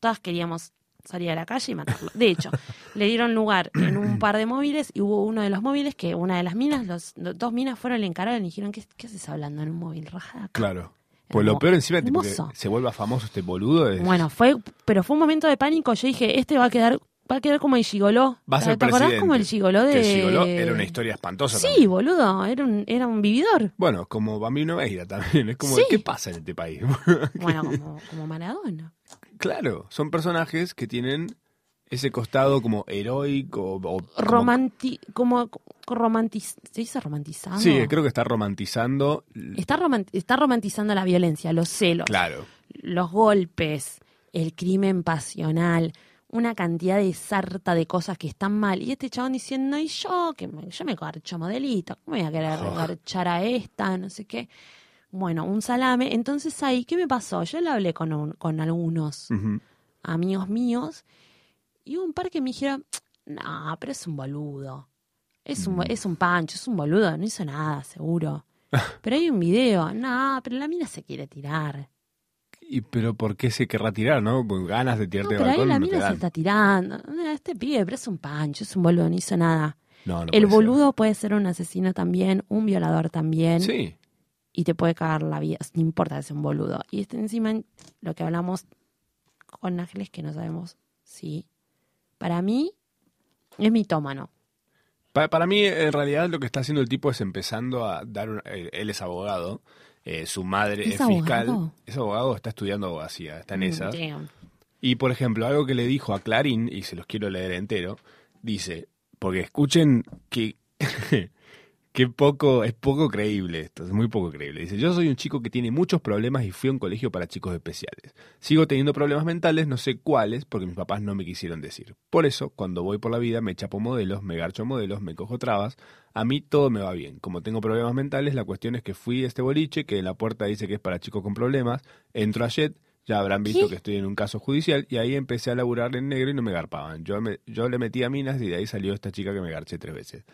Speaker 3: todas queríamos salir a la calle y matarlo. De hecho, le dieron lugar en un par de móviles y hubo uno de los móviles que una de las minas, los, los- dos minas fueron, le encararon y le dijeron, ¿qué, qué haces hablando en un móvil? Rajá de acá".
Speaker 2: Claro. Pues lo peor encima, tipo, que
Speaker 3: Hermoso.
Speaker 2: se vuelva famoso este boludo. es-
Speaker 3: Bueno, fue, pero fue un momento de pánico. Yo dije, este va a quedar, va a quedar como el gigoló.
Speaker 2: va a ser
Speaker 3: ¿Te acordás
Speaker 2: presidente.
Speaker 3: como el gigoló
Speaker 2: Que
Speaker 3: de?
Speaker 2: el gigoló era una historia espantosa.
Speaker 3: eh, Sí,
Speaker 2: también.
Speaker 3: boludo, era un, era un vividor.
Speaker 2: Bueno, como Bambino Veira también. Es como,
Speaker 3: Sí.
Speaker 2: ¿qué pasa en este país?
Speaker 3: Bueno, como, como Maradona.
Speaker 2: claro, son personajes que tienen ese costado como heroico o. o como-
Speaker 3: Romanti, como, como romantiz, se dice romantizado.
Speaker 2: Sí, creo que está romantizando.
Speaker 3: Está, roman- está romantizando la violencia, los celos,
Speaker 2: Claro.
Speaker 3: los golpes, el crimen pasional, una cantidad de sarta de cosas que están mal. Y este chabón diciendo, y yo, que me- yo me garcho modelito, ¿cómo voy a querer
Speaker 2: Oh.
Speaker 3: garchar a esta? No sé qué. Bueno, un salame. Entonces ahí, ¿qué me pasó? Yo le hablé con, un- con algunos
Speaker 2: Ujú.
Speaker 3: amigos míos y hubo un par que me dijeron, no, pero es un boludo. Es un, bo- es un pancho, es un boludo, no hizo nada, seguro. Pero hay un video, no, pero la mina se quiere tirar.
Speaker 2: Y pero ¿por qué se querrá tirar, no? Porque ganas de
Speaker 3: No,
Speaker 2: tirarte de
Speaker 3: pero ahí
Speaker 2: balcón
Speaker 3: la
Speaker 2: no te
Speaker 3: mina se
Speaker 2: dan.
Speaker 3: está tirando. "Ah, Este pibe, pero es un pancho, es un boludo, no hizo nada.
Speaker 2: No, no
Speaker 3: El
Speaker 2: puede ser.
Speaker 3: boludo puede ser un asesino también, un violador también,
Speaker 2: Sí.
Speaker 3: y te puede cagar la vida, no importa si es un boludo. Y este encima, lo que hablamos con Ángeles, que no sabemos si. Para mí, es mitómano.
Speaker 2: Pa- para mí, en realidad, lo que está haciendo el tipo es empezando a dar. una- eh, él es abogado, eh, su madre
Speaker 3: ¿Es
Speaker 2: es, fiscal.
Speaker 3: abogado? Mm,
Speaker 2: Es abogado, está estudiando abogacía, está en esas.
Speaker 3: Damn.
Speaker 2: Y por ejemplo, algo que le dijo a Clarín, y se los quiero leer entero, dice, porque escuchen que, que poco, es poco creíble esto, es muy poco creíble. Dice, yo soy un chico que tiene muchos problemas y fui a un colegio para chicos especiales. Sigo teniendo problemas mentales, no sé cuáles, porque mis papás no me quisieron decir. Por eso, cuando voy por la vida, me chapo modelos, me garcho modelos, me cojo trabas. A mí todo me va bien. Como tengo problemas mentales, la cuestión es que fui a este boliche, que en la puerta dice que es para chicos con problemas, entro a Jet, ya habrán visto
Speaker 3: ¿Qué?
Speaker 2: que estoy en un caso judicial y ahí empecé a laburar en negro y no me garpaban. Yo, me- yo le metí a minas y de ahí salió esta chica que me garché tres veces.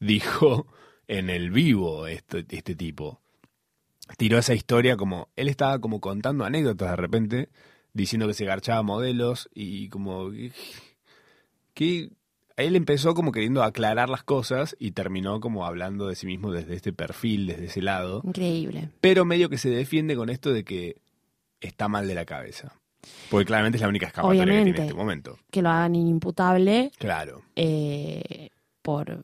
Speaker 2: Dijo en el vivo este, este tipo. Tiró esa historia como... Él estaba como contando anécdotas de repente, diciendo que se garchaba modelos y como... Que él empezó como queriendo aclarar las cosas y terminó como hablando de sí mismo desde este perfil, desde ese lado
Speaker 3: Increíble.
Speaker 2: pero medio que se defiende con esto de que está mal de la cabeza. Porque claramente es la única escapatoria que tiene
Speaker 3: Obviamente.
Speaker 2: en este momento.
Speaker 3: Que lo hagan inimputable
Speaker 2: Claro.
Speaker 3: eh, por,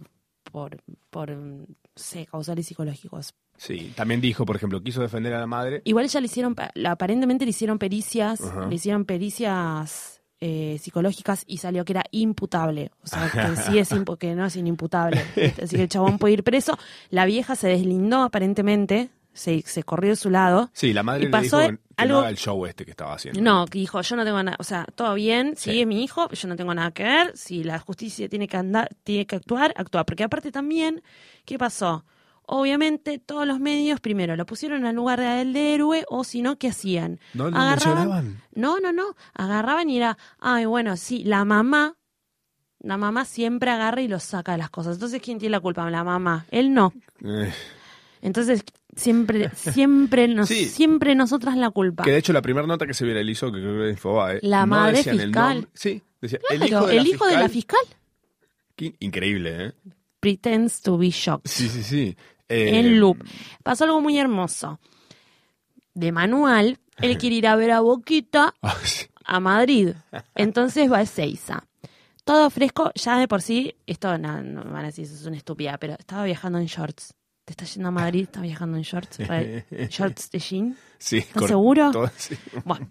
Speaker 3: por, por, no sé, causales psicológicos.
Speaker 2: Sí. También dijo, por ejemplo, quiso defender a la madre.
Speaker 3: Igual ya le hicieron, pa- la- aparentemente le hicieron pericias,
Speaker 2: Ajá.
Speaker 3: le hicieron pericias eh, psicológicas y salió que era imputable. O sea, que sí es, impu- que no es inimputable. Así que el chabón puede ir preso. La vieja se deslindó aparentemente, se, se corrió de su lado.
Speaker 2: Sí, la madre
Speaker 3: Y
Speaker 2: le
Speaker 3: pasó
Speaker 2: dijo que que
Speaker 3: algo-
Speaker 2: no haga el show este que estaba haciendo.
Speaker 3: No, que dijo, yo no tengo nada, o sea, todo bien, si
Speaker 2: Sí.
Speaker 3: es mi hijo, yo no tengo nada que ver, si la justicia tiene que andar, tiene que actuar, actúa. Porque aparte también, ¿qué pasó? Obviamente todos los medios primero lo pusieron al lugar de a él de héroe o si no, ¿qué hacían?
Speaker 2: No lo mencionaban.
Speaker 3: No, no, no, agarraban y era, ay, bueno, sí, la mamá, la mamá siempre agarra y lo saca de las cosas. Entonces, ¿quién tiene la culpa? La mamá, él no.
Speaker 2: Eh,
Speaker 3: Entonces, siempre, siempre, nos,
Speaker 2: Sí.
Speaker 3: siempre nosotras la culpa.
Speaker 2: que de hecho la primera nota que se viralizó, que creo que era Infobae,
Speaker 3: La
Speaker 2: no
Speaker 3: madre
Speaker 2: decían el
Speaker 3: fiscal.
Speaker 2: nombre- sí, decía
Speaker 3: Claro,
Speaker 2: el hijo de la fiscal.
Speaker 3: fiscal
Speaker 2: Qué Increíble, ¿eh?
Speaker 3: pretends to be shocked.
Speaker 2: Sí, sí, sí. Eh,
Speaker 3: En loop. Pasó algo muy hermoso. De manual, él quiere ir a ver a Boquita
Speaker 2: ah, sí.
Speaker 3: a Madrid. Entonces va a Ezeiza. Todo fresco, ya de por sí, esto no, no me van a decir, eso es una estúpida, pero estaba viajando en shorts. Te estás yendo a Madrid, estás viajando en shorts. re- Shorts de jean.
Speaker 2: Sí,
Speaker 3: ¿Estás
Speaker 2: cor-
Speaker 3: seguro?
Speaker 2: todo- sí.
Speaker 3: Bueno,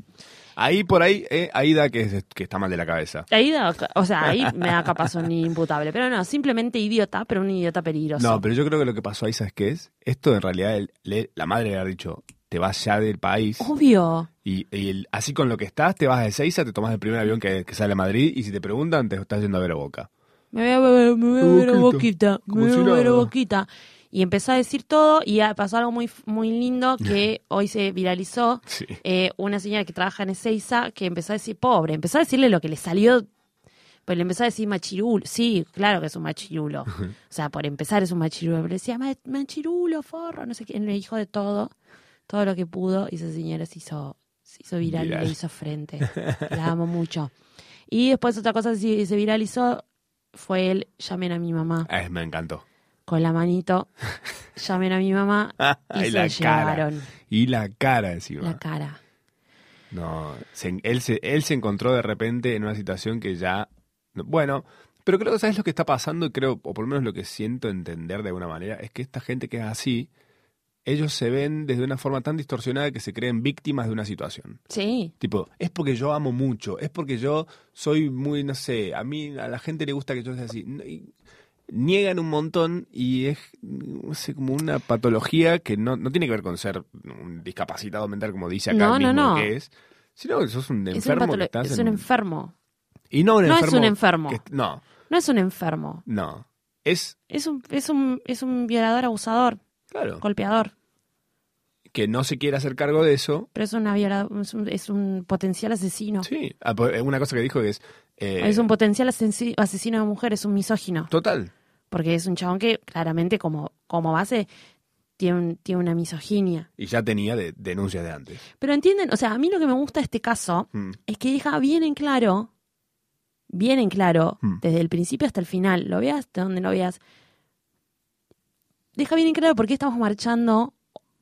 Speaker 2: Ahí por ahí, eh, ahí da que, es- que está mal de la cabeza.
Speaker 3: ahí, da- o sea, ahí me da capaz un imputable. Pero no, simplemente idiota, pero un idiota peligroso.
Speaker 2: No, pero yo creo que lo que pasó ahí, ¿sabes qué es? Esto en realidad el- le- la madre le ha dicho, te vas ya del país
Speaker 3: Obvio.
Speaker 2: y, y el- así con lo que estás, te vas de Seiza, te tomas el primer avión que, que sale a Madrid y si te preguntan, te estás yendo a ver a Boca.
Speaker 3: me voy a beber, me voy a beber a
Speaker 2: Boquita.
Speaker 3: boquita,
Speaker 2: Como
Speaker 3: me
Speaker 2: si
Speaker 3: voy a beber a
Speaker 2: nada.
Speaker 3: boquita. Y empezó a decir todo y ah, pasó algo muy, muy lindo que hoy se viralizó.
Speaker 2: Sí.
Speaker 3: Eh, una señora que trabaja en Ezeiza que empezó a decir, pobre, empezó a decirle lo que le salió. Pues le empezó a decir machirulo. Sí, claro que es un machirulo. O sea, por empezar es un machirulo. Pero le decía, "Ma- machirulo, forro, no sé qué. Le dijo de todo, todo lo que pudo. Y esa señora se hizo, se hizo viral, y
Speaker 2: Viral.
Speaker 3: le hizo frente. La amo mucho. Y después otra cosa que se se viralizó fue el llamen a mi mamá
Speaker 2: Eh, me encantó.
Speaker 3: con la manito. Llamen a mi mamá y
Speaker 2: y
Speaker 3: se
Speaker 2: la cara.
Speaker 3: llevaron
Speaker 2: Y la cara encima.
Speaker 3: la cara.
Speaker 2: No, se- él, se, él se encontró de repente en una situación que ya... Bueno, pero creo que sabes lo que está pasando, creo, o por lo menos lo que siento entender de alguna manera, es que esta gente que es así, ellos se ven desde una forma tan distorsionada que se creen víctimas de una situación.
Speaker 3: Sí,
Speaker 2: Tipo, es porque yo amo mucho, es porque yo soy muy, no sé, a mí, a la gente le gusta que yo sea así. No, y niegan un montón y es, no sé, como una patología que no, no tiene que ver con ser un discapacitado mental, como dice acá
Speaker 3: No,
Speaker 2: el
Speaker 3: no,
Speaker 2: mismo
Speaker 3: no.
Speaker 2: que es, sino que sos un
Speaker 3: es un,
Speaker 2: enfermo que
Speaker 3: patolo-
Speaker 2: estás
Speaker 3: es
Speaker 2: en-
Speaker 3: un enfermo.
Speaker 2: Y no un
Speaker 3: no es
Speaker 2: enfermo
Speaker 3: un enfermo.
Speaker 2: que- no,
Speaker 3: No es un enfermo.
Speaker 2: no. Es,
Speaker 3: Es un, es un, es un violador, abusador,
Speaker 2: claro,
Speaker 3: golpeador.
Speaker 2: que no se quiere hacer cargo de eso.
Speaker 3: Pero es, una viola- es, un, es un potencial asesino.
Speaker 2: Sí, Ah, pues, una cosa que dijo que es... eh,
Speaker 3: Es un potencial asesi- asesino de mujeres, un misógino.
Speaker 2: Total,
Speaker 3: Porque es un chabón que claramente como, como base tiene, un- tiene una misoginia.
Speaker 2: y ya tenía de- denuncias de antes.
Speaker 3: Pero entienden, o sea, a mí lo que me gusta de este caso
Speaker 2: Mm.
Speaker 3: es que deja bien en claro, bien en claro,
Speaker 2: Mm.
Speaker 3: desde el principio hasta el final, lo veas de donde lo veas, deja bien en claro por qué estamos marchando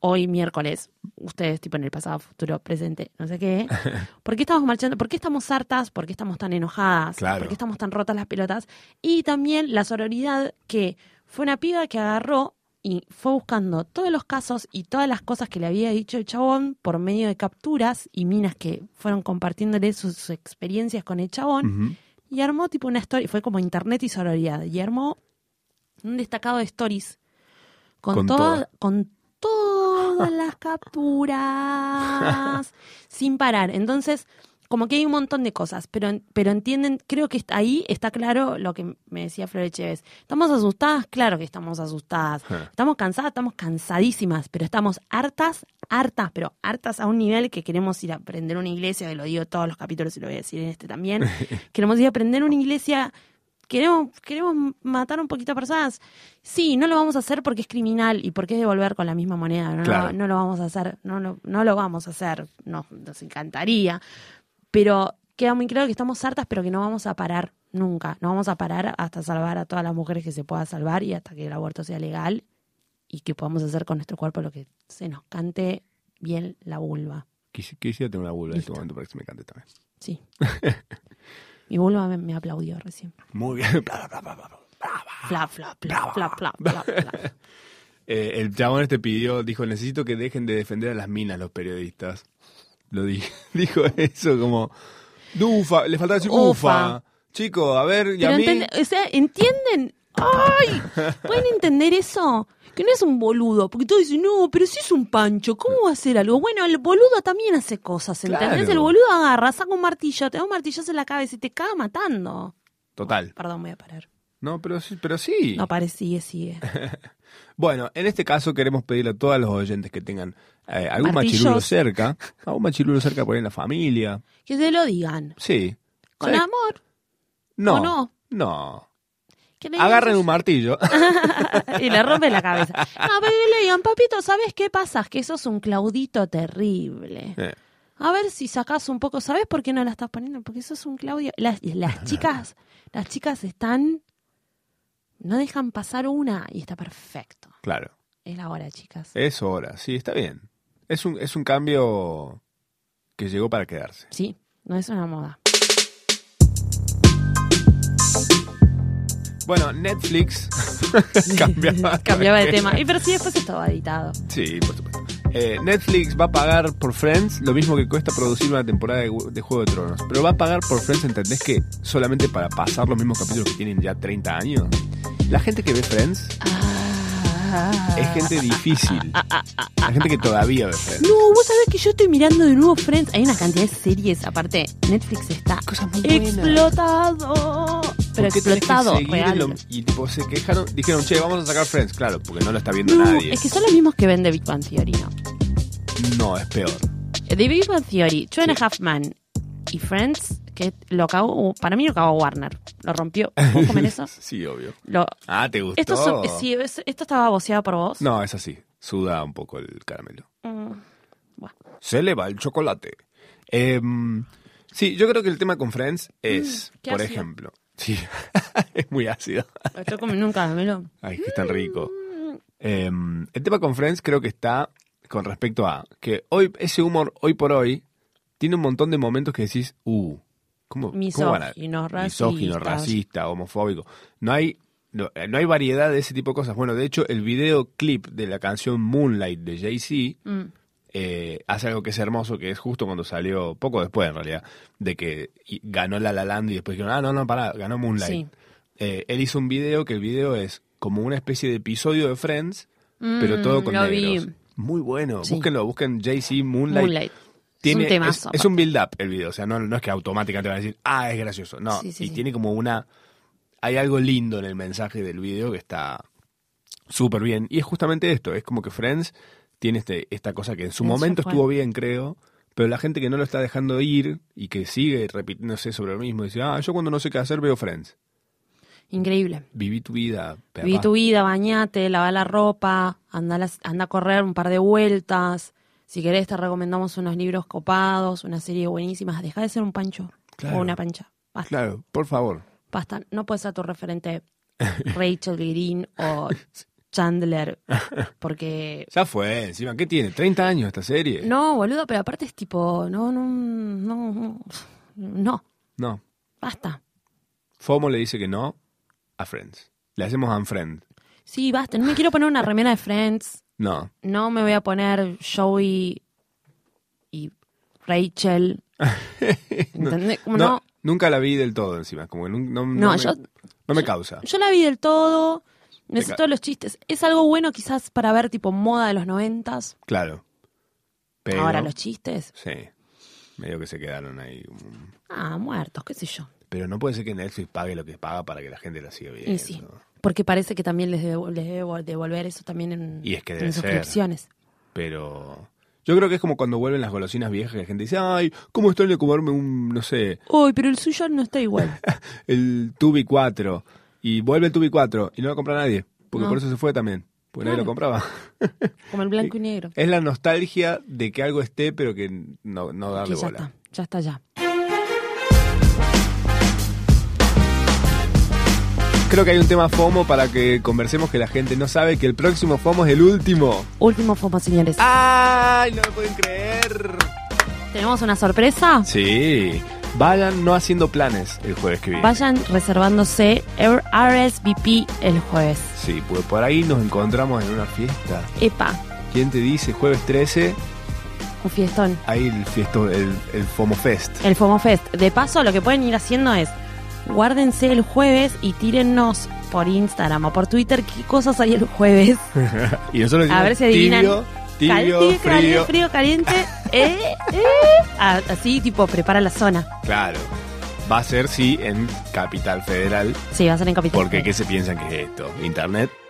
Speaker 3: hoy miércoles, ustedes tipo en el pasado, futuro, presente, no sé qué, por qué estamos marchando, por qué estamos hartas, por qué estamos tan enojadas,
Speaker 2: Claro.
Speaker 3: por qué estamos tan rotas las pelotas, y también la sororidad que fue una piba que agarró y fue buscando todos los casos y todas las cosas que le había dicho el chabón por medio de capturas y minas que fueron compartiéndole sus, sus experiencias con el chabón
Speaker 2: Ujú.
Speaker 3: y armó tipo una story, fue como internet y sororidad, y armó un destacado de stories con,
Speaker 2: Con
Speaker 3: toda-
Speaker 2: todas.
Speaker 3: con todas las capturas sin parar. Entonces, como que hay un montón de cosas, pero, pero entienden, creo que está- ahí está claro lo que me decía Flore Chévez. ¿Estamos asustadas? Claro que estamos asustadas.
Speaker 2: Ah.
Speaker 3: ¿Estamos cansadas? Estamos cansadísimas, pero estamos hartas, hartas, pero hartas a un nivel que queremos ir a aprender una iglesia, que lo digo en todos los capítulos y lo voy a decir en este también. queremos ir a aprender una iglesia, queremos, queremos matar un poquito a personas. Sí, no lo vamos a hacer porque es criminal y porque es devolver con la misma moneda. No,
Speaker 2: Claro.
Speaker 3: lo, no lo vamos a hacer, no lo, no lo vamos a hacer, nos, nos encantaría. Pero queda muy claro que estamos hartas, pero que no vamos a parar nunca. No vamos a parar hasta salvar a todas las mujeres que se pueda salvar y hasta que el aborto sea legal y que podamos hacer con nuestro cuerpo lo que se nos cante bien la vulva.
Speaker 2: Quisi- Quisiera tener una vulva en este
Speaker 3: Listo.
Speaker 2: momento para que se me cante también.
Speaker 3: Sí. Mi vulva me, me aplaudió recién.
Speaker 2: Muy bien. Bla, bla, bla, bla, bla, bla, bla.
Speaker 3: Fla, fla, fla, fla, fla, fla, fla.
Speaker 2: Eh, el chabón este pidió, dijo, necesito que dejen de defender a las minas los periodistas. Lo di- dijo eso como, dufa, le faltaba decir ufa.
Speaker 3: Ufa.
Speaker 2: Chico, a ver, y
Speaker 3: Pero
Speaker 2: a mí...
Speaker 3: entiende- o sea, ¿entienden? ¡Ay! ¿Pueden entender eso? que no es un boludo, porque todos dicen, no, pero si es un pancho, ¿cómo va a hacer algo? Bueno, el boludo también hace cosas, ¿entendés?
Speaker 2: Claro.
Speaker 3: El boludo agarra, saca un martillo, te da un martillazo en la cabeza y te caga matando.
Speaker 2: Total.
Speaker 3: Perdón, voy a parar.
Speaker 2: No, pero, sí- pero sí.
Speaker 3: No, pare, sigue, sigue.
Speaker 2: Bueno, en este caso queremos pedirle a todos los oyentes que tengan eh, algún
Speaker 3: Martillos.
Speaker 2: machirulo cerca, algún machirulo cerca por ahí en la familia.
Speaker 3: Que se lo digan.
Speaker 2: Sí.
Speaker 3: Con
Speaker 2: ¿Sabes?
Speaker 3: amor.
Speaker 2: No.
Speaker 3: ¿O no?
Speaker 2: No.
Speaker 3: Que le digan
Speaker 2: Agarren
Speaker 3: sus-
Speaker 2: un martillo.
Speaker 3: y le rompe la cabeza. No, pero que le digan, papito, ¿sabes qué pasa? Que sos un Claudito terrible.
Speaker 2: Eh,
Speaker 3: A ver si sacás un poco, ¿sabes por qué no la estás poniendo? Porque sos un Claudio. Las, las chicas, las chicas están, no dejan pasar una y está perfecto.
Speaker 2: claro.
Speaker 3: Es la hora, chicas.
Speaker 2: Es hora. Sí, está bien. Es un, es un cambio que llegó para quedarse.
Speaker 3: Sí, no es una moda.
Speaker 2: Bueno, Netflix cambiaba.
Speaker 3: Cambiaba de tema. Y pero sí, después estaba editado.
Speaker 2: Sí, por supuesto. Eh, Netflix va a pagar por Friends lo mismo que cuesta producir una temporada de, de Juego de Tronos. Pero va a pagar por Friends, ¿entendés que solamente para pasar los mismos capítulos que tienen ya 30 años? La gente que ve Friends
Speaker 3: Ah.
Speaker 2: es gente difícil. La gente que todavía ve Friends.
Speaker 3: No, vos sabés que yo estoy mirando de nuevo Friends. Hay una cantidad de series aparte. Netflix está
Speaker 2: Cosas muy
Speaker 3: explotado. Pero
Speaker 2: ¿Por qué tenés que
Speaker 3: explotado,
Speaker 2: seguir
Speaker 3: real.
Speaker 2: lo- y tipo, se quejaron, dijeron, che, vamos a sacar Friends. Claro, porque no lo está viendo
Speaker 3: No,
Speaker 2: nadie.
Speaker 3: es que son los mismos que ven The Big Bang Theory, ¿no?
Speaker 2: No, es peor.
Speaker 3: The Big Bang Theory, Two and a Half Man y Friends, que lo acabó, para mí lo acabó Warner. Lo rompió. ¿Vos comen eso?
Speaker 2: Sí, obvio.
Speaker 3: Lo,
Speaker 2: Ah, ¿te gustó?
Speaker 3: esto, so- eh, sí, es- esto estaba voceado por vos.
Speaker 2: No, es así. Suda un poco el caramelo.
Speaker 3: Mm, bueno.
Speaker 2: Se le va el chocolate. Em, sí, yo creo que el tema con Friends es,
Speaker 3: Mm, qué
Speaker 2: por
Speaker 3: ácido.
Speaker 2: ejemplo, sí, es muy ácido.
Speaker 3: Estoy comiendo un caramelo.
Speaker 2: Ay, que es tan rico. Em, el tema con Friends creo que está con respecto a que hoy ese humor hoy por hoy tiene un montón de momentos que decís, uh, ¿cómo, ¿cómo van a-
Speaker 3: Misógino,
Speaker 2: misógino,
Speaker 3: racistas.
Speaker 2: racista, homofóbico. No hay no, eh, no hay variedad de ese tipo de cosas. Bueno, de hecho, el videoclip de la canción Moonlight de Jay-Z
Speaker 3: Mm,
Speaker 2: eh, hace algo que es hermoso, que es justo cuando salió, poco después en realidad, de que y- ganó La La Land y después dijeron, ah, no, no, pará, ganó Moonlight.
Speaker 3: Sí.
Speaker 2: Eh, él hizo un video que el video es como una especie de episodio de Friends,
Speaker 3: Mm,
Speaker 2: pero todo con
Speaker 3: lo
Speaker 2: negros.
Speaker 3: Vi.
Speaker 2: Muy bueno,
Speaker 3: Sí.
Speaker 2: búsquenlo, busquen JC Moonlight.
Speaker 3: Moonlight.
Speaker 2: Tiene,
Speaker 3: es un temazo.
Speaker 2: es un build-up el video, o sea, no, no es que automáticamente van a decir, ah, es gracioso. No,
Speaker 3: Sí, sí,
Speaker 2: y
Speaker 3: sí.
Speaker 2: tiene como una... Hay algo lindo en el mensaje del video que está súper bien. Y es justamente esto, es como que Friends tiene este, esta cosa que en su
Speaker 3: Eso
Speaker 2: momento
Speaker 3: fue.
Speaker 2: estuvo bien, creo, pero la gente que no lo está dejando ir y que sigue repitiéndose sobre lo mismo, dice, ah, yo cuando no sé qué hacer veo Friends.
Speaker 3: Increíble.
Speaker 2: Viví tu vida. papá.
Speaker 3: Viví tu vida, bañate, lava la ropa, anda a, las- anda a correr un par de vueltas. Si querés, te recomendamos unos libros copados, una serie buenísimas. Deja de ser un pancho
Speaker 2: Claro.
Speaker 3: o una pancha. Basta,
Speaker 2: Claro, por favor.
Speaker 3: basta. No puedes ser tu referente Rachel Green o Chandler. Porque.
Speaker 2: Ya fue, encima, ¿qué tiene? ¿30 años esta serie?
Speaker 3: No, boludo, pero aparte es tipo. No, no, no. No, no,
Speaker 2: No.
Speaker 3: basta.
Speaker 2: FOMO le dice que no a Friends. Le hacemos unfriend.
Speaker 3: Sí, basta. No me quiero poner una remera de Friends.
Speaker 2: No.
Speaker 3: no me voy a poner Joey y Rachel. ¿Entendés? Como
Speaker 2: No,
Speaker 3: No,
Speaker 2: Nunca la vi del todo encima, como que nun- no, no,
Speaker 3: No,
Speaker 2: me,
Speaker 3: yo-
Speaker 2: no me causa.
Speaker 3: yo la vi del todo, me
Speaker 2: Venga.
Speaker 3: sé todos los chistes. Es algo bueno quizás para ver tipo moda de los noventas.
Speaker 2: Claro. Pero,
Speaker 3: Ahora los chistes.
Speaker 2: Sí. Medio que se quedaron ahí. como-
Speaker 3: Ah, muertos, qué sé yo.
Speaker 2: Pero no puede ser que Netflix pague lo que paga para que la gente la siga viendo.
Speaker 3: Y sí. Porque parece que también les debe, les debe vol- devolver eso también en,
Speaker 2: Y es que
Speaker 3: en
Speaker 2: debe ser.
Speaker 3: suscripciones.
Speaker 2: Pero yo creo que es como cuando vuelven las golosinas viejas que la gente dice, ay, ¿cómo estoy de comerme un, no sé,
Speaker 3: Uy, pero el suyo no está igual.
Speaker 2: el Tubi 4? Y vuelve el Tubi 4 y no lo compra nadie. Porque
Speaker 3: No.
Speaker 2: por eso se fue también. Porque nadie lo
Speaker 3: Claro.
Speaker 2: compraba.
Speaker 3: Como el blanco y negro.
Speaker 2: Es la nostalgia de que algo esté, pero que no, no darle
Speaker 3: Que ya
Speaker 2: bola.
Speaker 3: está, ya está ya.
Speaker 2: Creo que hay un tema FOMO para que conversemos que la gente no sabe que el próximo FOMO es el último.
Speaker 3: Último FOMO, señores.
Speaker 2: Ah. ¡Ay! No me pueden creer.
Speaker 3: ¿Tenemos una sorpresa?
Speaker 2: Sí. Vayan no haciendo planes el jueves que viene.
Speaker 3: Vayan reservándose el RSVP el jueves.
Speaker 2: Sí, pues por ahí nos encontramos en una fiesta.
Speaker 3: Epa,
Speaker 2: ¿Quién te dice jueves 13?
Speaker 3: un fiestón.
Speaker 2: Hay el fiesto, el, el FOMO Fest.
Speaker 3: El FOMO Fest. De paso, lo que pueden ir haciendo es guárdense el jueves y tírennos por Instagram o por Twitter qué cosas hay el jueves.
Speaker 2: Y nosotros
Speaker 3: A
Speaker 2: decimos
Speaker 3: ver si adivinan.
Speaker 2: tibio, tibio,
Speaker 3: Cal-
Speaker 2: frío.
Speaker 3: frío, caliente. eh, eh. Ah, Así, tipo, prepara la zona.
Speaker 2: Claro. Va a ser, sí, en Capital Federal,
Speaker 3: Sí, va a ser en Capital.
Speaker 2: porque ¿qué se piensan que es esto? ¿Internet?